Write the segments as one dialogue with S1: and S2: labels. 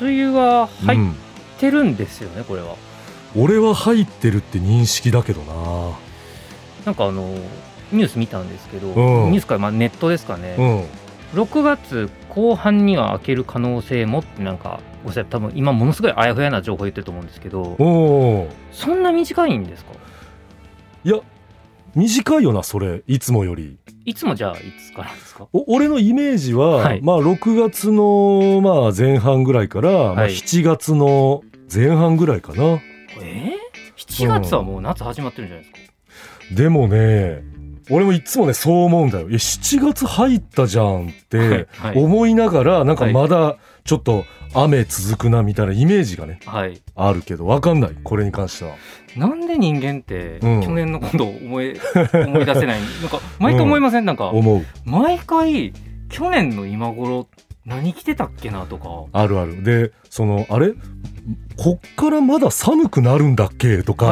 S1: 梅雨は
S2: う
S1: 入っ
S2: ん
S1: てるんですよね、これは。
S2: 俺は入ってるって認識だけどな
S1: なんかあのニュース見たんですけど、
S2: うん
S1: ニュースかまあネットですか
S2: う
S1: ね。
S2: ん
S1: 6月後半には開ける可能性もってなんかおっしゃ多分今ものすごいあやふやな情報言ってると思うんですけど、
S2: おー
S1: そんな短いんですか？
S2: いや短いよなそれいつもより
S1: いつもじゃあいつからですか？
S2: お俺のイメージは、
S1: はい
S2: まあ6月のまあ前半ぐらいから、まあ
S1: はい
S2: 7月の前半ぐらいかな
S1: えー、7月はもう夏始まってるんじゃないですか？
S2: でもね俺もいつもねそう思うんだよいや7月入ったじゃんって、
S1: はいはい
S2: 思いながらなんか
S1: はい
S2: まだちょっと雨続くなみたいなイメージがね
S1: はい。
S2: あるけどわかんないこれに関しては
S1: なんで人間って
S2: うん
S1: 去年のことを思い思い出せないなんか毎回思いません、なんか
S2: 思う
S1: 毎回去年の今頃何着てたっけなとか
S2: あるあるでそのあれこっからまだ寒くなるんだっけとか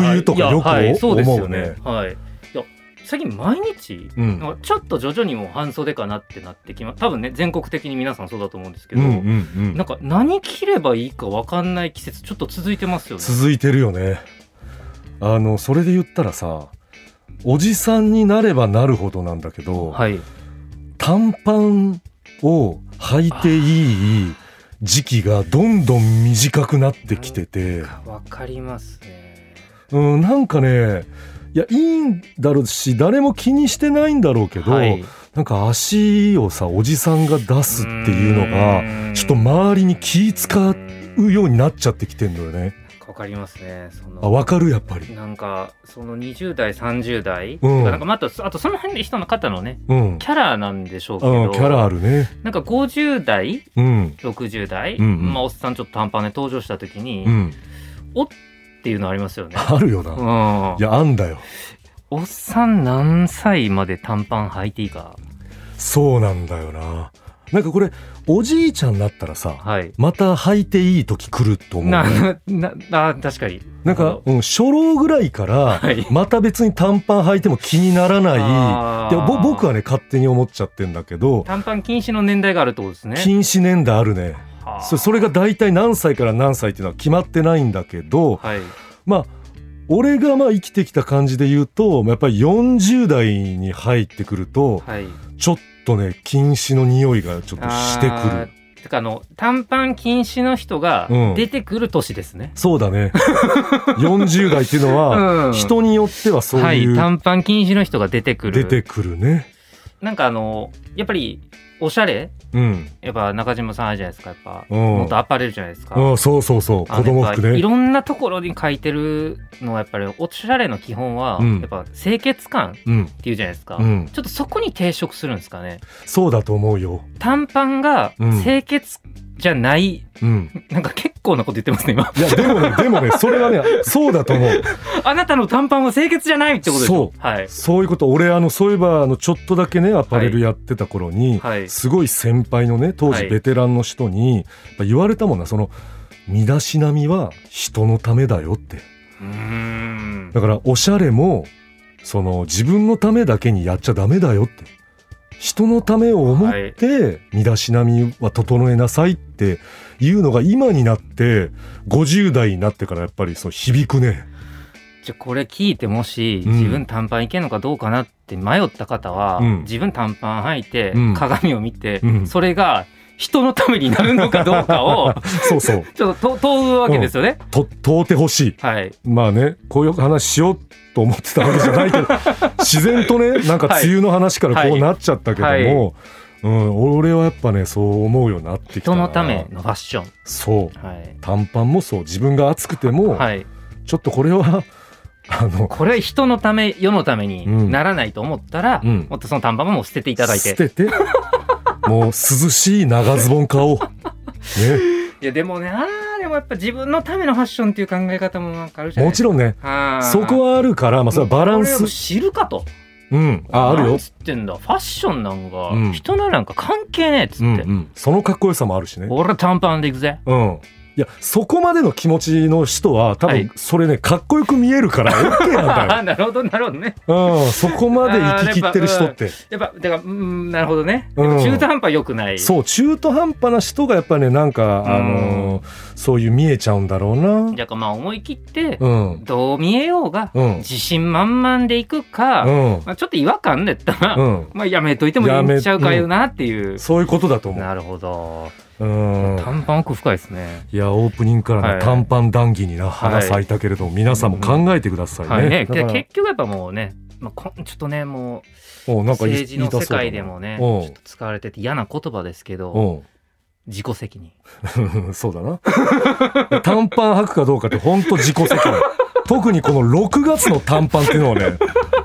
S2: 冬とかよく
S1: いやはい、そうです
S2: 思
S1: よ
S2: う
S1: ね
S2: ね。
S1: はいいや最近毎日
S2: う
S1: なんんかちょっと徐々にもう半袖かなってなってきま多分ね全国的に皆さんそうだと思うんですけ
S2: うんう
S1: ど、
S2: んう
S1: なん
S2: ん
S1: か何着ればいいか分かんない季節ちょっと続いてますよね。
S2: 続いてるよねあのそれで言ったらさおじさんになればなるほどなんだけど、
S1: はい、
S2: 短パンを履いていい時期がどんどん短くなってきてて、
S1: 分かりますね。
S2: うん、なんかねいやいいんだろうし誰も気にしてないんだろうけど、
S1: はい、
S2: なんか足をさおじさんが出すっていうのが
S1: が
S2: ちょっと周りに気使うようになっちゃってきてんのよね
S1: 分かりますね。その
S2: あわかるやっぱり
S1: なんかその20代30代、
S2: うん
S1: なんかまたあとその辺で人の方のね
S2: うん
S1: キャラなんでしょうけ
S2: う
S1: ど
S2: んキャラあるね
S1: なんか50代
S2: うん
S1: 60代、
S2: うんうん
S1: まあ、おっさんちょっと短パンで登場した時に、
S2: う
S1: っ
S2: ん
S1: ていうのありますよ ね。
S2: あるよな、
S1: う
S2: い
S1: ん、
S2: やあんだよ
S1: おっさん何歳まで短パン履いていいか
S2: そうなんだよななんかこれおじいちゃんになったらさ
S1: はい
S2: また履いていい時来ると思う
S1: な
S2: ね、
S1: なあ確かに
S2: なんか、うん、初老ぐらいから
S1: はい
S2: また別に短パン履いても気にならない
S1: あ
S2: で
S1: ー
S2: ぼ僕はね勝手に思っちゃってんだけど
S1: 短パン禁止の年代があるってことですね
S2: 禁止年代あるね
S1: はあ
S2: そそれが大体何歳から何歳っていうのは決まってないんだけど
S1: はい
S2: まあ俺がまあ生きてきた感じで言うとやっぱり40代に入ってくると
S1: はい
S2: ちょっとね禁止の匂いがちょっとしてく
S1: あ
S2: る
S1: ーてかあの短パン禁止の人が
S2: うん
S1: 出てくる年ですね、
S2: そうだ ね40代っていうのは
S1: うん
S2: 人によってはそう
S1: はい、
S2: いう
S1: 短パン禁止の人が出てく
S2: 出
S1: る
S2: てくるね
S1: なんかあのやっぱりおしゃれ
S2: うん
S1: やっぱ中島さんあるじゃないですかやっぱ
S2: うん
S1: もっとアパレルじゃないですか
S2: うんそうそうそう
S1: あ
S2: 子
S1: の
S2: 供服
S1: やっぱい
S2: ね
S1: ろんなところに書いてるのはやっぱりおしゃれの基本は、
S2: うん
S1: やっぱ清潔感っ
S2: うん
S1: ていうじゃないですか、
S2: うん
S1: ちょっとそこに抵触するんですかね
S2: そうだと思うよ
S1: 短パンが
S2: うん
S1: 清潔じゃない、
S2: うん
S1: なんか結構なこと言ってますね今
S2: いやでもねでもねそれはねそうだと思う
S1: あなたの短パンは清潔じゃないってことです
S2: そう
S1: はい
S2: そういうこと俺あのそういえばあのちょっとだけねアパレルやってた頃に、
S1: はい
S2: すごい先輩のね当
S1: は
S2: 時
S1: い
S2: ベテランの人に、やっぱ言われたもんなその身だしなみは人のためだよって
S1: うーん
S2: だからおしゃれもその自分のためだけにやっちゃダメだよって人のためを思って身だしなみは整えなさいっていうのが今になって50代になってからやっぱりそう響くね
S1: じゃあこれ聞いてもし
S2: うん
S1: 自分短パンいけんのかどうかなって迷った方は、
S2: うん
S1: 自分短パン履いて
S2: うん
S1: 鏡を見て、
S2: うん
S1: それが人のためになるのかどうか を
S2: そうそう
S1: ちょっとと問うわけですよね。
S2: と問うてほしい
S1: はい、
S2: まあねこういう話しようと思ってたわけじゃ ないけど自然とねなんか梅雨の話からこうなっちゃったけども、
S1: はいはい
S2: うん、俺はやっぱねそう思うようになってきた
S1: 人
S2: な
S1: のためのファッション。
S2: そう
S1: はい
S2: 短パンもそう自分が暑くても、
S1: はい、
S2: ちょっとこれはあの
S1: これ人のため世のためにならないと思ったら、
S2: うん
S1: もっとその短パンももう捨てていただいて
S2: 捨て てもう涼しい長ズボン買おうね
S1: いやでもねあー
S3: でもやっぱ自分のためのファッションっていう考え方もなんかあるじゃない
S2: も
S3: です
S2: ち
S3: か。
S2: ろんね
S3: は
S2: そこ
S3: は
S2: はあるから、まあ、それはバラン
S1: これを
S2: ス
S1: 知るかと
S2: うんあある
S1: なん
S2: よ
S1: つってんだファッションなんか、
S2: うん
S1: 人のなんか関係ねえっつって、
S2: うんうん、そのかっこよさもあるしね
S1: 俺短パンで行 くぜ
S2: うんいやそこまでの気持ちの人は多
S1: はい
S2: 分それね、かっこよく見えるから OK なんだ
S1: あ
S2: よ
S1: あなるほどなるほどね
S2: うん、そこまで行ききってる人って、
S1: やっぱだからうんなるほどね、
S2: うん
S1: 中途半端良くない
S2: そう中途半端な人がやっぱねなんか、あのーそういう見えちゃうんだろうな
S1: だからまあ思い切って、
S2: うん
S1: どう見えようが、
S2: うん
S1: 自信満々でいくか、
S2: うん
S1: まあ、ちょっと違和感だったら、
S2: うん
S1: まあやめといてもいいんちゃうかよなっていう、
S2: そういうことだと思
S1: なるほど
S2: ううん
S1: 短パン奥深いですね
S2: いやオープニングからね、
S1: はい
S2: 短パン談義にな
S1: はい
S2: 花咲いたけれども、皆さんも考えてくださいね,、
S1: はいね
S2: だから
S1: 結局やっぱもうね、まあ、こんちょっとねもう
S2: おなんか言い
S1: 政治の世界でもね、ち
S2: うん
S1: ょっと使われてて嫌な言葉ですけど、
S2: 言い
S1: 自己責任。
S2: たそうだなうんそうだな短パン履くかどうかって本当自己責任特にこの6月の短パンっていうのはね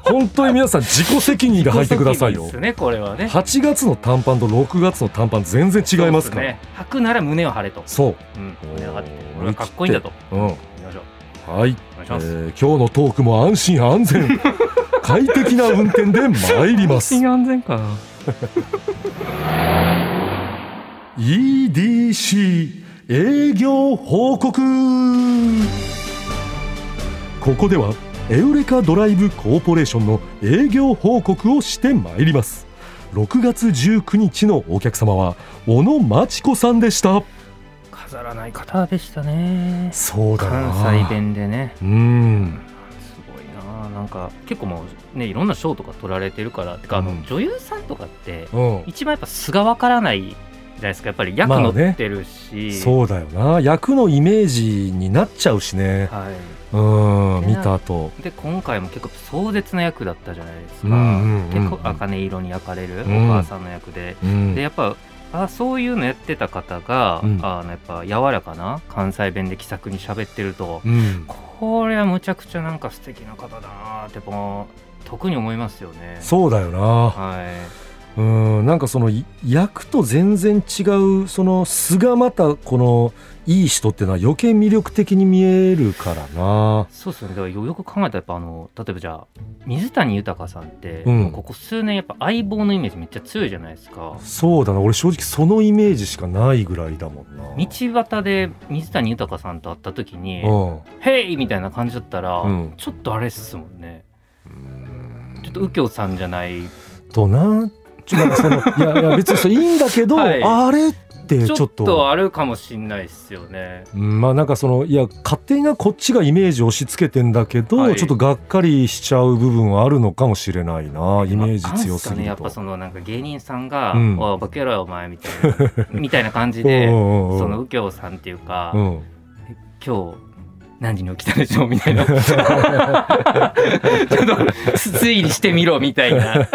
S2: 本当に皆さん自己責任で履いてくださいよ
S1: 自己責任ですね、これはね。
S2: 8月の短パンと6月の短パン全然違いますから
S1: そうですね。履くなら胸を張れと。
S2: そう,、
S1: うん、胸を張って。これはかっこいいんだと。
S2: うん
S1: 行きましょう。
S2: はい、
S1: お願い
S2: え
S1: します。
S2: ー今日のトークも安心安全快適な運転で参ります
S1: 安全か。
S2: EDC 営業報告ここではエウレカドライブコーポレーションの営業報告をしてまいります6月19日のお客様は小野真知子さんでした
S1: 飾らない方でしたね。
S2: そうだな
S1: 関西弁でね。
S2: うん
S1: すごいな。なんか結構もうね、いろんな賞とか取られてるから、てかあの、
S2: うん
S1: 女優さんとかって
S2: うん
S1: 一番やっぱ素がわからないじゃないですか。やっぱり役
S2: まあ
S1: 乗
S2: ね
S1: ってるし。
S2: そうだよな役のイメージになっちゃうしね
S1: はい。
S2: うん
S1: ね
S2: 見た後
S1: で今回も結構壮絶な役だったじゃないですか、
S2: うんうんうんうん
S1: 結構茜色に焼かれるお
S2: うん
S1: 母さんの役で、
S2: うん
S1: でやっぱあそういうのやってた方が、
S2: うん
S1: あのやっぱ柔らかな関西弁で気さくに喋ってると、
S2: うん
S1: これはむちゃくちゃなんか素敵な方だなーってもう特に思いますよね。
S2: そうだよな
S1: はい、
S2: うんなんかそのい役と全然違うその素がまたこのいい人っていうのは余計魅力的に見えるからな
S1: そうですよねだからよよく考えたらやっぱあの例えばじゃあ水谷豊さんって、
S2: うん
S1: もうここ数年やっぱ相棒のイメージめっちゃ強いじゃないですか。
S2: そうだな俺正直そのイメージしかないぐらいだもんな
S1: 道端で水谷豊さんと会った時に、「へい!」みたいな感じだったら、
S2: うん
S1: ちょっとあれっすもんね
S2: うん
S1: ちょっと右京さんじゃない
S2: となちょなんかそのいやいや別にそれいいんだけど、
S1: はい
S2: あれって
S1: ち
S2: ちょ
S1: ょ
S2: っ
S1: っ
S2: と
S1: とあるかもしんないっすよね
S2: うんまあなんかそのいや勝手になこっちがイメージ押し付けてんだけど、
S1: はい
S2: ちょっとがっかりしちゃう部分はあるのかもしれないなイメージ強す
S1: あなんかね
S2: ぎ
S1: や
S2: る
S1: っ
S2: と。
S1: ぱそのなんか芸人さんが「
S2: うん
S1: おいボケろよお前」みたいな みたいな感じで
S2: うんうんうん
S1: その右京さんっていうか、
S2: うん
S1: 今日何時に起きたでしょうみた いなちょっと推理してみろみたいな え
S2: うわ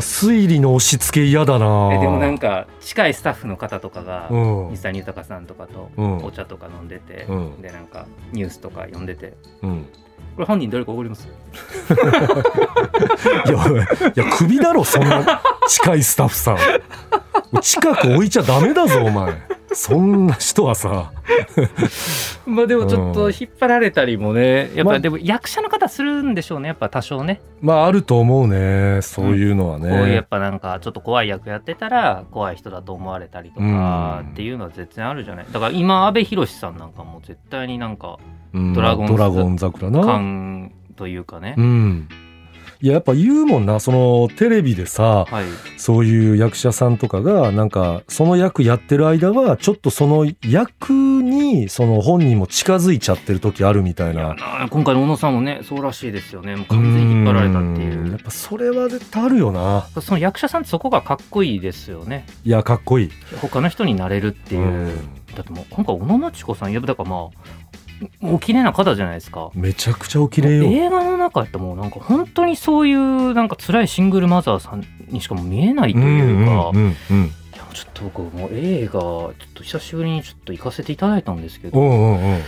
S2: 推理の押し付け嫌だな
S1: でもなんか近いスタッフの方とかが、
S2: うん
S1: 水谷豊さんとかと
S2: うん
S1: お茶とか飲んでて、
S2: うん
S1: でなんかニュースとか読んでて
S2: うん
S1: これ本人誰か怒ります
S2: いやいや首だろそんな近いスタッフさん近く置いちゃダメだぞお前そんな人はさ
S1: まあでもちょっ
S2: う
S1: と
S2: ん
S1: 引っ張られたりもねやっ
S2: まあ
S1: ぱでも役者の方するんでしょうねやっぱ多少ね
S2: まああると思うねそういうのはね、
S1: こういうやっぱなんかちょっと怖い役やってたら怖い人だと思われたりとか
S2: うん
S1: っていうのは絶対あるじゃないだから今阿部寛さんなんかも絶対になんか
S2: うん
S1: ドラゴンズ
S2: ドラゴン桜な
S1: 感というかね
S2: うんいややっぱ言うもんなそのテレビでさ
S1: はい
S2: そういう役者さんとかがなんかその役やってる間はちょっとその役にその本人も近づいちゃってる時あるみたいな
S1: なあ今回の小野さんもねそうらしいですよねもう完全に引っ張られたってい
S2: んやっ
S1: う
S2: ぱそれは絶対あるよな
S1: その役者さんってそこがかっこいいですよね
S2: いやかっこいいっ
S1: 他の人になれるって
S2: て
S1: いう、だってもう今回小野真知子さんいやだからまあお綺麗な方じゃないですか
S2: めちゃくちゃお綺麗よ
S1: 映画の中ってもうなんか本当にそういうなんか辛いシングルマザーさんにしかもう見えないというか、
S2: うんうんうん
S1: いやちょっと僕もう映画ちょっと久しぶりにちょっと行かせていただいたんですけ
S2: う
S1: ど、
S2: んうんうん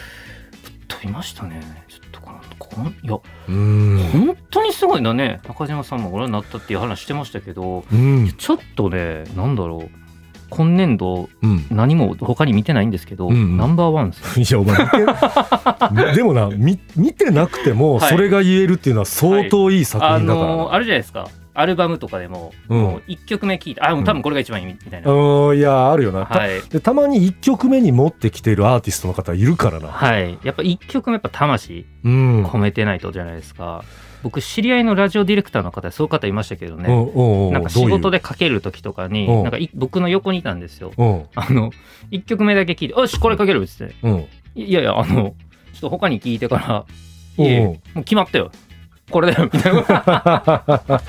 S1: 飛びましたねちょっとこのこのいや
S2: うん
S1: 本当にすごいなね中島さんもご覧になったっていう話してましたけど
S2: うん
S1: ちょっとねなんだろう今年度
S2: うん
S1: 何も他に見てないんですけど、
S2: うんうん
S1: ナンバーワンです
S2: いやお前見 てでもな見見てなくても
S1: はい
S2: それが言えるっていうのは相当いい作
S1: あ
S2: 品だから、
S1: のーあるじゃないですかアルバムとかでも,、
S2: うん
S1: もう1曲目聴いてあもう多分これが一番いいみたいな、
S2: うんいやあるよな、た
S1: はい、
S2: でたまに1曲目に持ってきてるアーティストの方いるからな、
S1: はい、やっぱ1曲目やっぱ魂
S2: うん、
S1: 込めてないとじゃないですか、僕知り合いのラジオディレクターの方でそういう方いましたけど
S2: う
S1: ね、
S2: んうんうん
S1: なんか仕事
S2: で
S1: でかける時とかに
S2: うん
S1: なんかい僕の横にいたんですよ
S2: うん
S1: あの1曲目だけ聴いて「よしこれかける」っつって
S2: うん
S1: 「いいやいやあのちょっと他に聞いてから「
S2: うん
S1: いえ もう決まったよこれだよ」みたいな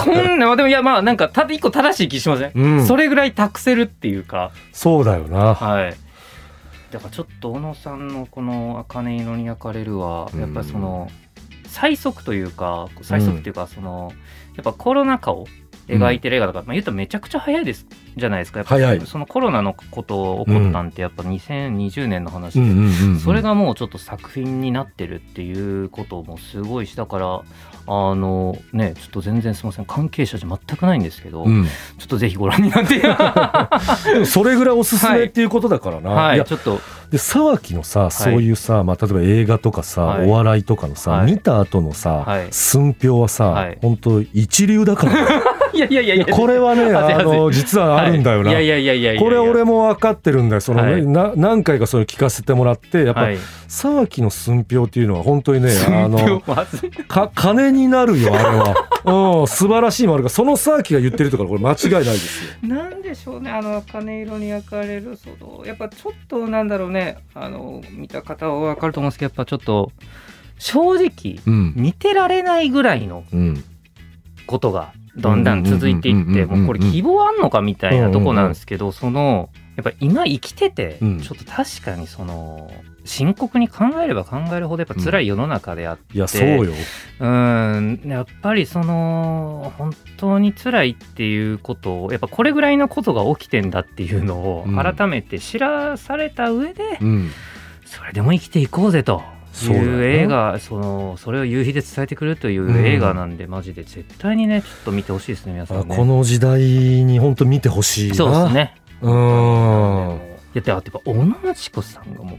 S1: こんなでもいやまあなんかた1個正しい気しません、
S2: うん
S1: それぐらい託せるっていうか
S2: そうだよな
S1: はい。だからちょっと小野さんのこの「茜色に焼かれるは」
S2: うん
S1: やっぱりその最速というか最速っていうかその、やっぱコロナ禍を描いてる映画だから、まあ、言ったらめちゃくちゃ早いですじゃないですかやっぱ
S2: 早い
S1: そのコロナのこと起こったんってやっぱ2020年の話
S2: う
S1: で、
S2: んうんうんうん
S1: それがもうちょっと作品になってるっていうこともすごいしだからあのねちょっと全然すみません関係者じゃ全くないんですけど、
S2: う
S1: ちょ
S2: ん
S1: っとぜひご覧にな って
S2: でもそれぐらいおすすめっていうことだからな、
S1: はいい
S2: や
S1: ちょっと
S2: で沢木のさそういうさ、まあ、例えば映画とかさ、
S1: はい
S2: お笑いとかのさ、
S1: はい
S2: 見た後のさ、
S1: はい
S2: 寸評はさ、
S1: はい
S2: 本当一流だからね
S1: いやいやいやいや
S2: これは ね
S1: はずいは
S2: あ
S1: ずい
S2: の実はあるんだよな、
S1: はい、いやいやいやいやいや
S2: これ俺も分かってるんだよその、
S1: はい
S2: な何回かそれ聞かせてもらってやっぱ、
S1: はい、
S2: 沢木の寸評っていうのは本当にねあの
S1: まずい
S2: か金になるよあれ はうん素晴らしいもあるからその沢木が言ってるとからこれ間違いないですよ。
S3: なんでしょうねあの金色に焼かれるそのやっぱちょっとなんだろうねあの見た方はわ
S1: わ
S3: か
S1: か
S3: る
S1: ると思うんですけどやっぱちょっと正直
S2: うん
S1: 見てられないぐらいの
S2: うん
S1: ことがだんだん続いていって
S2: うんうんうんうんうん
S1: もうこれ希望あんのかみたいなとこなんですけどそのやっぱ今生きててち
S2: う
S1: ょ
S2: ん
S1: っと確かにその深刻に考えれば考えるほどやっぱ辛い世の中であって
S2: いやそうよ。
S1: うーんやっぱりその本当に辛いっていうことをやっぱこれぐらいのことが起きてんだっていうのを
S2: うん
S1: 改めて知らされた上で、
S2: うん
S1: それでも生きていこうぜとい
S2: そうだよ
S1: う
S2: ね
S1: 映画そのそれを夕日で伝えてくれるという映画なんで、マジで絶対にねちょっと見てほしいですね皆さ
S2: あ
S1: んね。
S2: この時代に本当見てほしいな。
S1: そうですね。
S2: う
S1: なん
S2: ん
S1: でもうだってあとやっぱ小野町子さんがもうもう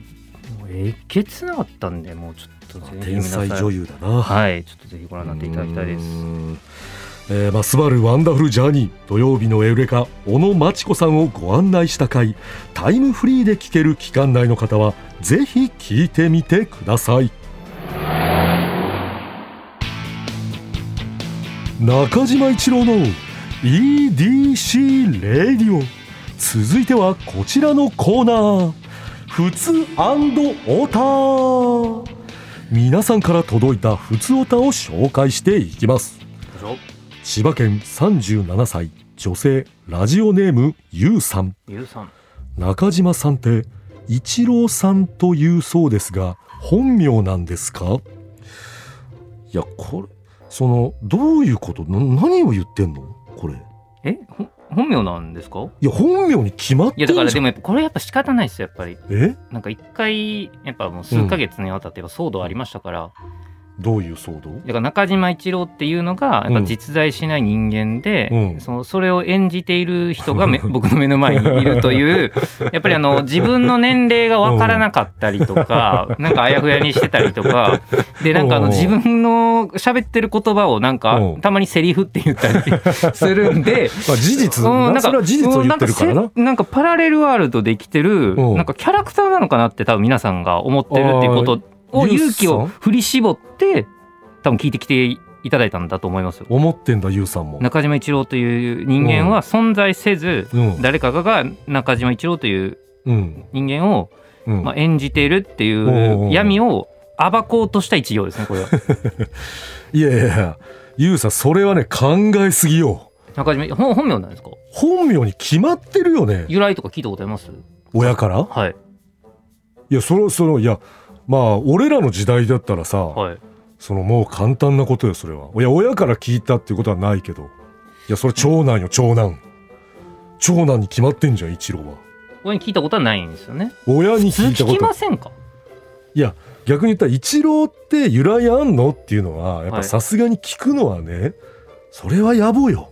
S1: えげつなかったんでもうちょっとぜひ
S2: 天
S1: 皆さん
S2: 才女優だな。
S1: はいちょっとぜひご覧になっていただきたいです。
S2: うんえーまあ、スバルワンダフルジャーニー土曜日のエウレカ小野真知子さんをご案内した回タイムフリーで聴ける期間内の方はぜひ聴いてみてください中島一郎の EDC レディオ続いてはこちらのコーナー普通オタ皆さんから届いた普通オタを紹介していきます
S1: どうぞ
S2: 千葉県37歳女性ラジオネームゆうさん
S1: ゆうさん
S2: 中島さんって一郎さんというそうですが本名なんですかいやこれそのどういうことな何を言ってんのこれい
S1: えほ本名なんですか
S2: や本名に決まっ
S1: い
S2: て
S1: や
S2: んじ
S1: だ
S2: ゃ
S1: か
S2: ん
S1: らでもやっぱこれやっぱ仕方ないですよやっぱり
S2: え
S1: なんか一回やっぱもう数ヶ月にわたってやっぱ騒動ありましたから、
S2: どういう騒動
S1: だから中島一郎っていうのがやっぱ実在しない人間で、
S2: うん
S1: そのそれを演じている人が め僕の目の前にいるというやっぱりあの自分の年齢がわからなかったり とか、なんかあやふやにしてたりとかでなんかあの
S2: うん
S1: 自分の喋ってる言葉をなんか
S2: うん
S1: たまにセリフって言ったりするんで。
S2: まあ事実
S1: うん
S2: な
S1: なんか
S2: それは事実を言ってるから
S1: う
S2: なん
S1: かせなんかパラレルワールドで生きてる
S2: うん
S1: なんかキャラクターなのかなって多分皆さんが思ってるっていうこと
S2: あ
S1: を
S2: ー
S1: 勇気
S2: ユ
S1: を
S2: ウさ
S1: 振り絞って多分聞いてきていただいたんだと思いますよ。
S2: 思ってんだゆうさんも
S1: 中島一郎という人間は存在せず
S2: うん
S1: 誰かが中島一郎という
S2: うん
S1: 人間を
S2: うん
S1: まあ演じているってい
S2: おうお
S1: う
S2: う
S1: 闇を暴こうとした一行ですねこれは
S2: いやいやいやゆうさんそれはね考えすぎよ
S1: 中島ほん本名なんですか
S2: 本名に決まってるよね
S1: 由来とか聞いたことあります
S2: 親から
S1: はい
S2: いやそのそのいやまあ俺らの時代だったらさ、
S1: はい
S2: そのもう簡単なことよそれはいや親から聞いたっていうことはないけどいやそれ長男よ長男長男に決まってんじゃん一郎は
S1: これに聞いたことはないんですよね
S2: 親に
S1: 普
S2: 聞い
S1: 通
S2: た
S1: 聞
S2: こ
S1: き
S2: と
S1: ませんか
S2: いや逆に言ったら一郎って由来あんのっていうのはやっ
S1: は
S2: ぱ
S1: い
S2: さすがに聞くのはね、それは野暮よ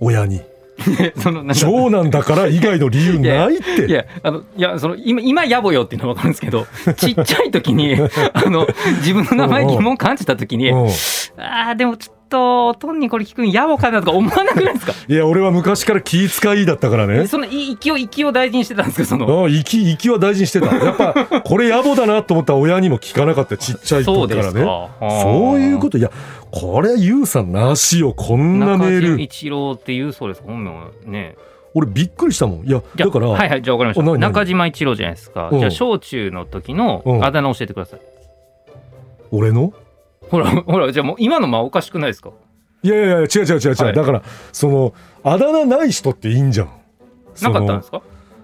S2: 親に
S1: そのなんか
S2: 長男だから以外の理由ないって。
S1: いや、あの、いや、その、今、今、野暮よっていうのはわかるんです けど、ちっちゃい時に、あの、自分の名前疑問感じた時に、
S2: うん
S1: ああ、でもちょっと、トンにこれ聞くん野暮かなとか思わなくないですか
S2: いや俺は昔から気遣いだったからね
S1: その、い息を、息を大事にしてたんですけど、その、
S2: ああ息息は大事にしてたやっぱこれ野暮だなと思ったら親にも聞かなかったちっちゃい
S1: そう
S2: 時か
S1: で
S2: ら
S1: す
S2: ね
S1: か。。
S2: そういうことといやこれゆうさんなしよこんなメ
S1: 中
S2: ー
S1: 島
S2: ル
S1: 一郎っていうそうですか本名はね
S2: 俺びっくりしたもんいや
S1: じゃあ
S2: だから、
S1: はいはいじゃあわかりまし
S2: お
S1: た
S2: 何何
S1: 中島一郎じゃないですか
S2: うん
S1: じゃあ小中の時の
S2: うん
S1: あだ名教えてください
S2: 俺の
S1: ほらほらじゃあもう今のまあおかしくないですか
S2: いやいやいや違う違う違う違う、
S1: はい
S2: だからそのあだ名ない人っていいんじゃん
S1: なかったん
S2: の
S1: ですか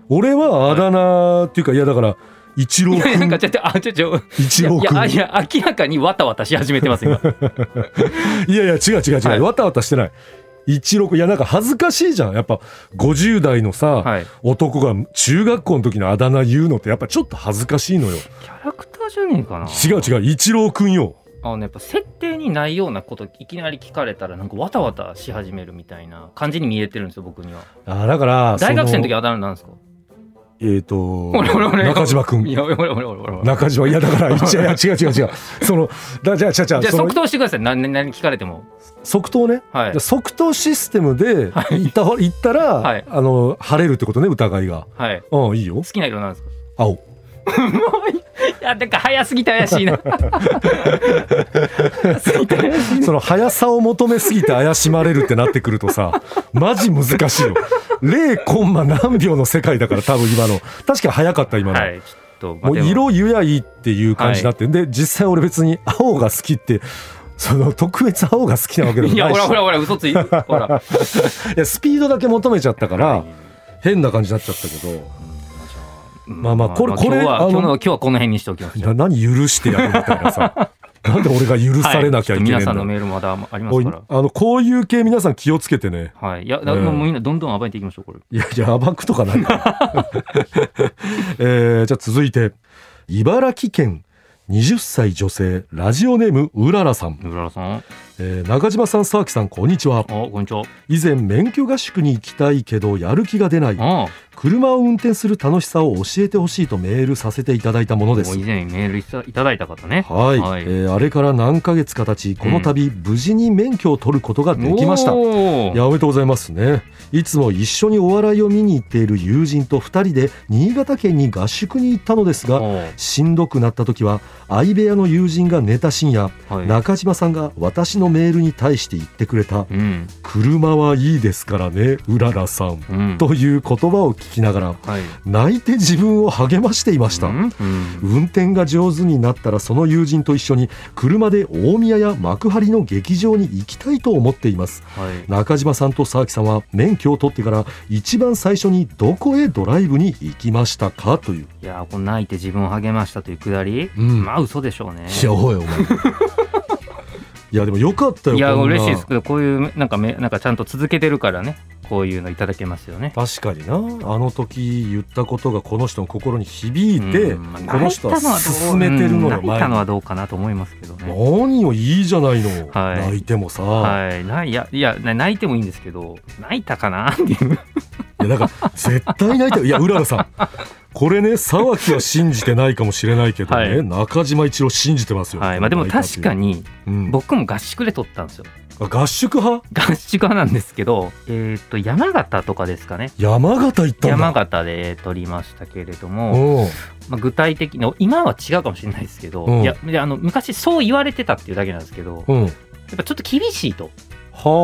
S2: 俺はあだ名っていうかいやだから一郎
S1: いやなん
S2: 君
S1: かちょっとあちょちょ
S2: 一郎
S1: いや、あ
S2: 君
S1: いや、明らかにわたわたし始めてます、 今。
S2: いやいや違う違う違う、
S1: はい
S2: わたわたしてない一郎君いやなんか恥ずかしいじゃんやっぱ50代のさ、
S1: はい。
S2: 男が中学校の時のあだ名言うのってやっぱちょっと恥ずかしいのよ
S1: キャラクターじゃねえかな。
S2: 違う違う一郎君よ
S1: あのね、やっぱ設定にないようなこと、いきなり聞かれたら、なんかわたわたし始めるみたいな感じに見えてるんですよ、僕には。
S2: あだから
S1: 大学生の時
S2: は
S1: あだ名なんですか
S2: えっ、と
S1: ほらほらほら
S2: 中島
S1: い
S2: 君
S1: や、ほらほらほらほらほら。
S2: 中島いやだからいや違う違う違う違うそのだじゃあじゃあじゃあ
S1: じゃあ、
S2: その
S1: 即答してください。何、何聞かれても。
S2: 即答ね
S1: はい
S2: じゃあ。即答システムで行った,、行ったら、
S1: はい
S2: あの晴れるってことね疑いが
S1: はい。
S2: うんいいよ
S1: 好きな色なんですか
S2: 青
S1: もういや、なんか早すぎて怪 しいな。早すぎて怪しいな
S2: その速さを求めすぎて怪しまれるってなってくるとさマジ難しいよ0コンマ何秒の世界だから多分今の確かに早かった今の、
S1: はい、ちょっと、
S2: もう
S1: で
S2: 色言やいいっていう感じになって、で実際俺別に青が好きってその特別青が好きなわけでも
S1: いや、
S2: ない
S1: ほ
S2: し
S1: らほらほら、嘘ついて。ほら。
S2: いやスピードだけ求めちゃったから変な感じになっちゃったけど まあまあこれこれ
S1: 今日は
S2: あの
S1: 今日の今日はこの辺にしておきまし
S2: い
S1: ょう
S2: や何許してやるみたいな さなんで俺が許されなきゃいけない
S1: は
S2: ん
S1: ち
S2: だ
S1: ょっと皆さん
S2: ろ
S1: の
S2: う、
S1: メールまだありま
S2: お
S1: す
S2: い
S1: から。
S2: あのこういう系皆さん気をつけてね
S1: はい、いや、だ
S2: うん
S1: もうみんなどんどん暴いていきましょう、これ。
S2: いやいや暴くとかないから、 えーじゃあ続いて茨城県20歳女性ラジオネームうららさん、
S1: うららさん。あ、
S2: えー中島さん沢木さんこんにちは
S1: こんにちは。
S2: 以前免許合宿に行きたいけどやる気が出ない
S1: ああ、
S2: 車を運転する楽しさを教えてほしいとメールさせていただいたもので
S1: も
S2: す
S1: う以前メールいたいただいた方ね。
S2: はい、
S1: はい
S2: えーあれから何ヶ月か経ちこの度、無事に免許を取ることができました
S1: おー
S2: いやおめでとうございますねいつも一緒にお笑いを見に行っている友人と2人で新潟県に合宿に行ったのですが
S1: お
S2: しんどくなった時は相部屋の友人が寝た深夜
S1: ーはい。
S2: 中島さんが私のメールに対して言ってくれた
S1: うん、
S2: 「車はいいですからねうららさん
S1: うん。」
S2: という言葉を聞きながら
S1: はい。
S2: 泣いて自分を励ましていました、
S1: うん、
S2: 運転が上手になったらその友人と一緒に車で大宮や幕張の劇場に行きたいと思っています
S1: はい。
S2: 中島さんと沢木さんは免許を取ってから一番最初にどこへドライブに行きましたかという、
S1: いやー、こう泣いて自分を励ましたというくだり。
S2: うん
S1: まあ、嘘でしょうね。
S2: いやおいお前 いやでもよかったよ
S1: いや
S2: こんな
S1: 嬉しいですけど、こういう、なんか、め、なんかちゃんと続けてるからね。こういうのいただけますよね。
S2: 確かになあの時言ったことがこの人の心に響いて、
S1: うんまあ
S2: この人は進めてるのよ
S1: 泣いた
S2: 前
S1: の
S2: に
S1: はどうかなと思いますけどね。
S2: 何をいいじゃないの、
S1: はい
S2: 泣いてもさ、
S1: はい、ないいやいやな泣いてもいいんですけど泣いたかなっていう
S2: いやだから絶対泣いてるいやうららさんこれね沢木は信じてないかもしれないけどね、
S1: はい
S2: 中島一郎信じてますよ、
S1: はいまあでも確か
S2: に、
S1: に
S2: うん
S1: 僕も合宿で撮ったんですよ
S2: 合宿派
S1: 合宿派なんですけどえっ、と山形とかですかね
S2: 山形行ったんだ
S1: 山形で撮りましたけれども、
S2: おう
S1: まあ、具体的に今は違うかもしれないですけど、
S2: うん
S1: いやであの昔そう言われてたっていうだけなんですけど、や
S2: うんは
S1: っぱちょっと厳しいと
S2: あ
S1: だから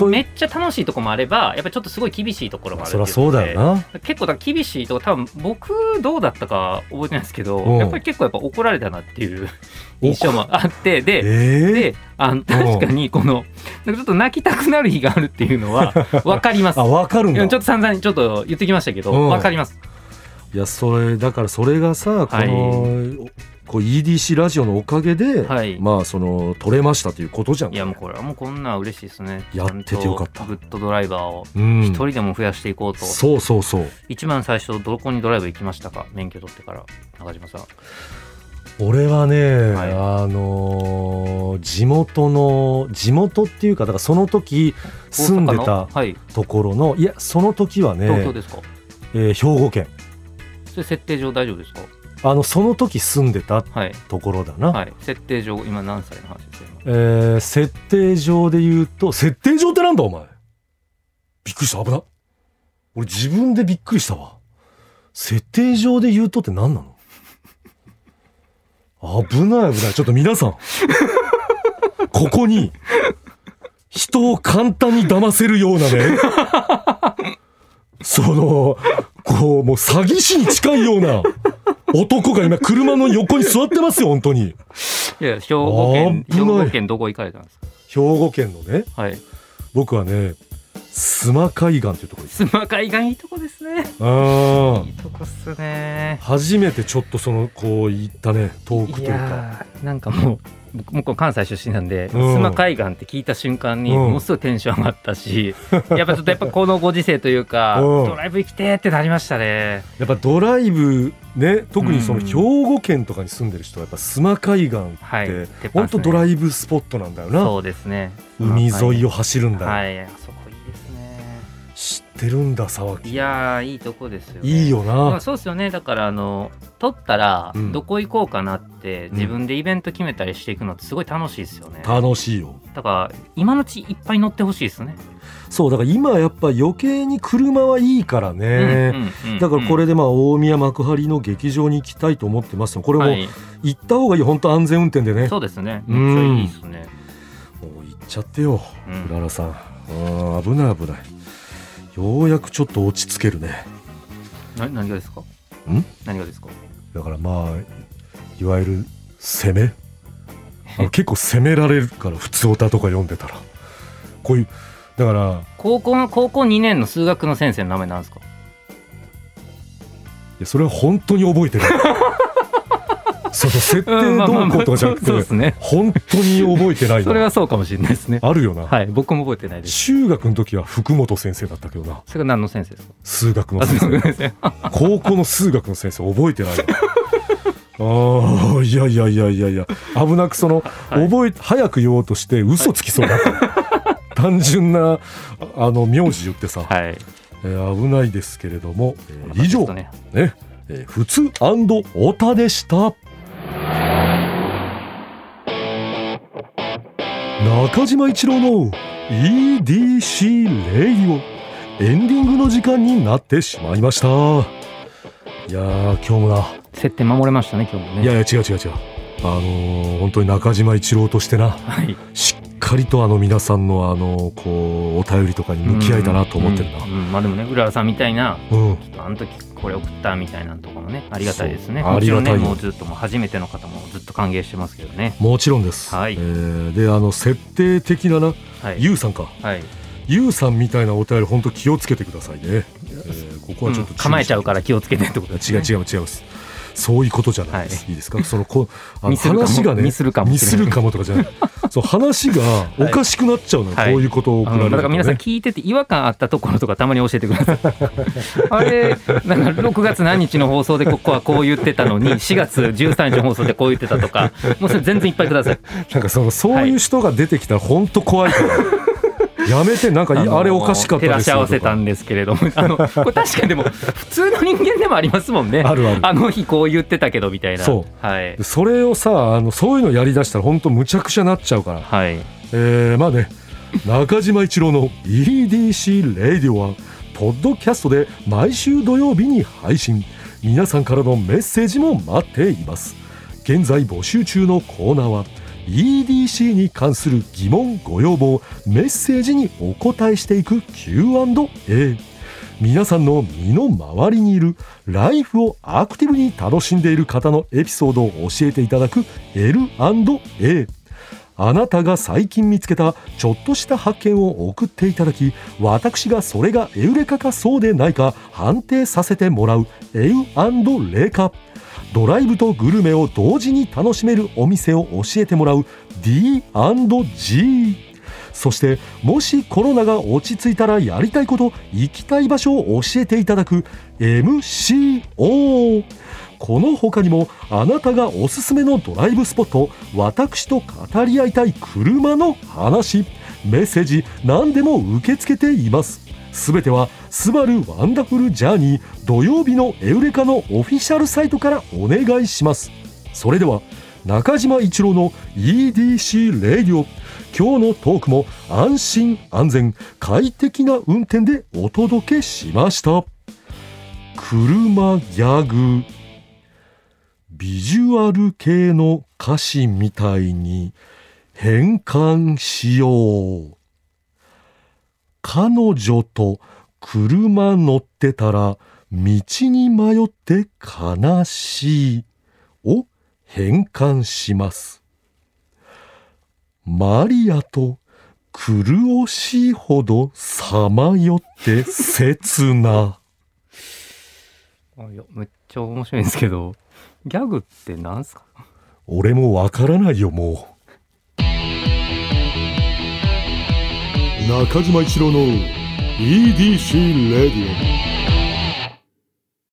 S2: そうい
S1: め
S2: う
S1: っちゃ楽しいとこもあればやっぱちょっとすごい厳しいところもある
S2: そりゃそうだよ
S1: な
S2: な
S1: 結構だから厳しいと多分僕どうだったか覚えてないですけど、
S2: うん
S1: やっぱり結構やっぱ怒られたなっていう印象もあってで、
S2: ええ
S1: であの確かにこのなんかちょっと泣きたくなる日があるっていう のは分かります。
S2: あわかるん
S1: い
S2: だ
S1: やちょっと散々にちょっと言ってきましたけど、
S2: うん
S1: 分かります。
S2: いやそれだからそれがさこの、こう EDC ラジオのおかげで、
S1: はい
S2: まあその取れましたということじゃん
S1: いやもうこれはもうこんなん嬉しいですね。
S2: やっててよかった
S1: ちゃんとグッドドライバーを
S2: うん
S1: 一人でも増やしていこうと、
S2: そうそうそう
S1: 一番最初どこにドライブ行きましたか免許取ってから中島さん。
S2: 俺はね、
S1: はい
S2: あのー地元の地元っていうかだからその時住んで
S1: 大阪の
S2: た
S1: はい、
S2: ところのいやその時は
S1: 東京
S2: ね、
S1: ですか、
S2: えー兵庫県
S1: それ設定上大丈夫ですか
S2: あのその時住んでた
S1: はい、
S2: ところだな、
S1: はい、設定上今何歳の話ですか今
S2: えー設定上で言うと設定上ってなんだお前びっくりした危な俺自分でびっくりしたわ設定上で言うとって何なの危ない危ないちょっと皆さんここに人を簡単に騙せるようなねそのこうもう詐欺師に近いような男が今車の横に座ってますよ本当に
S1: いや兵庫県
S2: 危
S1: 兵
S2: ない
S1: 庫県どこ行かれたんです
S2: 兵庫県のね
S1: か はい
S2: 僕はね須磨海岸というところ
S1: 須磨海岸いいとこですね
S2: 行っ
S1: い
S2: て
S1: いとこっすね
S2: 初めてちょっとそのこう行ったね遠くとい
S1: い
S2: うか
S1: やーなんかもう僕もこう関西出身なんで、
S2: うん
S1: 須磨海岸って聞いた瞬間に
S2: うん
S1: ものすごいテンション上がった し、やっぱちょっとやっぱこのご時世というか、
S2: うん
S1: ドライブ行きてーってなりましたね
S2: やっぱドライブね特にその
S1: うん
S2: 兵庫県とかに住んでる人はやっぱ須磨海岸っ
S1: はい
S2: て
S1: 鉄板っすね
S2: 本当ドライブスポットなんだよな
S1: そうですね
S2: 海沿いを
S1: を
S2: 走るんだよ
S1: はいあそこいいですね
S2: 知ってるんだ沢木
S1: いやーいいとこですよ、ね、
S2: いいよ
S1: まあ、
S2: な
S1: そうですよねだからあの撮ったら
S2: うん
S1: どこ行こうかなって自分でイベント決めたりしていくのってすごい楽しいですよね、
S2: 楽しいよ
S1: だから今のうちいっぱい乗ってほしいですね、
S2: そうだから今やっぱ余計に車はいいからね
S1: うんうんうん
S2: だからこれでまあ大宮幕張の劇場に行きたいと思ってますよこれも
S1: はい
S2: 行った方がいい本当安全運転でね
S1: そうですね
S2: うん
S1: めっちゃいいですね
S2: もう行っちゃってよ
S1: うん
S2: うららさんあー危ない危ないようやくちょっと落ち着けるね
S1: な何がですかん何がですか
S2: だからまあいわゆる攻 めあの結構攻められるから普通歌とか読んでたらこういうだから
S1: 高校の高校2年の数学の先生の名前なんですか
S2: いやそれは本当に覚えて るその設定どうこうとかじゃなく
S1: そうで
S2: て
S1: すね
S2: 本当に覚えてない
S1: それ
S2: な
S1: はそうかもしれないですね
S2: あるよな、
S1: はい僕も覚えてないです
S2: 中学の時は福本先生だったけどな
S1: それが何の先生ですか
S2: 数学の
S1: あ
S2: 先
S1: そう
S2: 生
S1: ですね
S2: 高校の数学の先生覚えてない わああいやいやいやいやいや危なくその、
S1: い
S2: 覚え早く言おうとして嘘つきそうだった、単純なああの名字言ってさ、
S1: はい
S2: えー危ないですけれども、えー以上
S1: ちょっとね
S2: ね、えー普通オタでした中島一郎の EDC レイディオエンディングの時間になってしまいましたいやー今日もな
S1: 設定守れましたね今日もね
S2: いやいや違う違う違うあのー本当に中島一郎としてな
S1: はい
S2: しっかりとあの皆さんのあのこうお便りとかに向き合えたなと思ってるな
S1: うんうんまあでもね浦和さんみたいな
S2: うん
S1: ちょっとあの時これ送ったみたいなのとかもねありがたいですね
S2: そうあ
S1: も
S2: り
S1: ちろ
S2: が
S1: ん
S2: たい
S1: ね
S2: よ
S1: もうずっともう初めての方もずっと歓迎してますけどね
S2: もちろんです、
S1: はい
S2: えーであの設定的なな
S1: はい
S2: ゆうさんか
S1: はい
S2: ゆうさんみたいなお便り本当気をつけてくださいね、えーここはちょっと注意して、
S1: うん構えちゃうから気をつけてってことです
S2: 違う
S1: ね
S2: 違う違うですそういうことじゃないです、、
S1: はい
S2: いですかそのこあの
S1: ミスるかも
S2: 話がね
S1: ミスるかも
S2: ミスるかもとか じゃないそう話がおかしくなっちゃうのよ、
S1: はい
S2: こういうことを送ら
S1: あ
S2: れ
S1: の
S2: る
S1: だ
S2: と、
S1: から
S2: ね
S1: 皆さん聞いてて違和感あったところとかたまに教えてください あれなんか6月何日の放送でここはこう言ってたのに4月13日の放送でこう言ってたとかもうそれ全然いっぱいください
S2: なんかそのそういう人が出てきたら本当怖いから、やめてなんかい、
S1: の
S2: あれおかしかった
S1: 照
S2: で
S1: ら
S2: す
S1: し
S2: よ
S1: 合
S2: と
S1: わせた
S2: か
S1: んですけれどもあのこれ確かにでも普通の人間でもありますもんね
S2: あるある
S1: の日こう言ってたけどみたいな
S2: そう
S1: はい
S2: それをさあのそういうのやりだしたら本当むちゃくちゃなっちゃうから
S1: はい
S2: えー、まあね中島一郎の EDC レイディオはポッドキャストで毎週土曜日に配信皆さんからのメッセージも待っています現在募集中のコーナーは EDC に関する疑問ご要望メッセージにお答えしていく Q&A 皆さんの身の回りにいるライフをアクティブに楽しんでいる方のエピソードを教えていただく L&A あなたが最近見つけたちょっとした発見を送っていただき私がそれがエウレカかそうでないか判定させてもらうエウレカドライブとグルメを同時に楽しめるお店を教えてもらう D&G そしてもしコロナが落ち着いたらやりたいこと行きたい場所を教えていただく MCO この他にもあなたがおすすめのドライブスポット私と語り合いたい車の話メッセージ何でも受け付けていますすべては「スバルワンダフルジャーニー」土曜日のエウレカのオフィシャルサイトからお願いしますそれでは中島一郎の EDC レイディオ今日のトークも安心安全快適な運転でお届けしました車ギャグビジュアル系の歌詞みたいに変換しよう彼女と車乗ってたら道に迷って悲しいを変換しますマリアと苦しいほどさまよって刹那
S1: あいやめっちゃ面白いんですけどギャグってなんすか
S2: 俺もわからないよもう中島一郎の EDC レディオ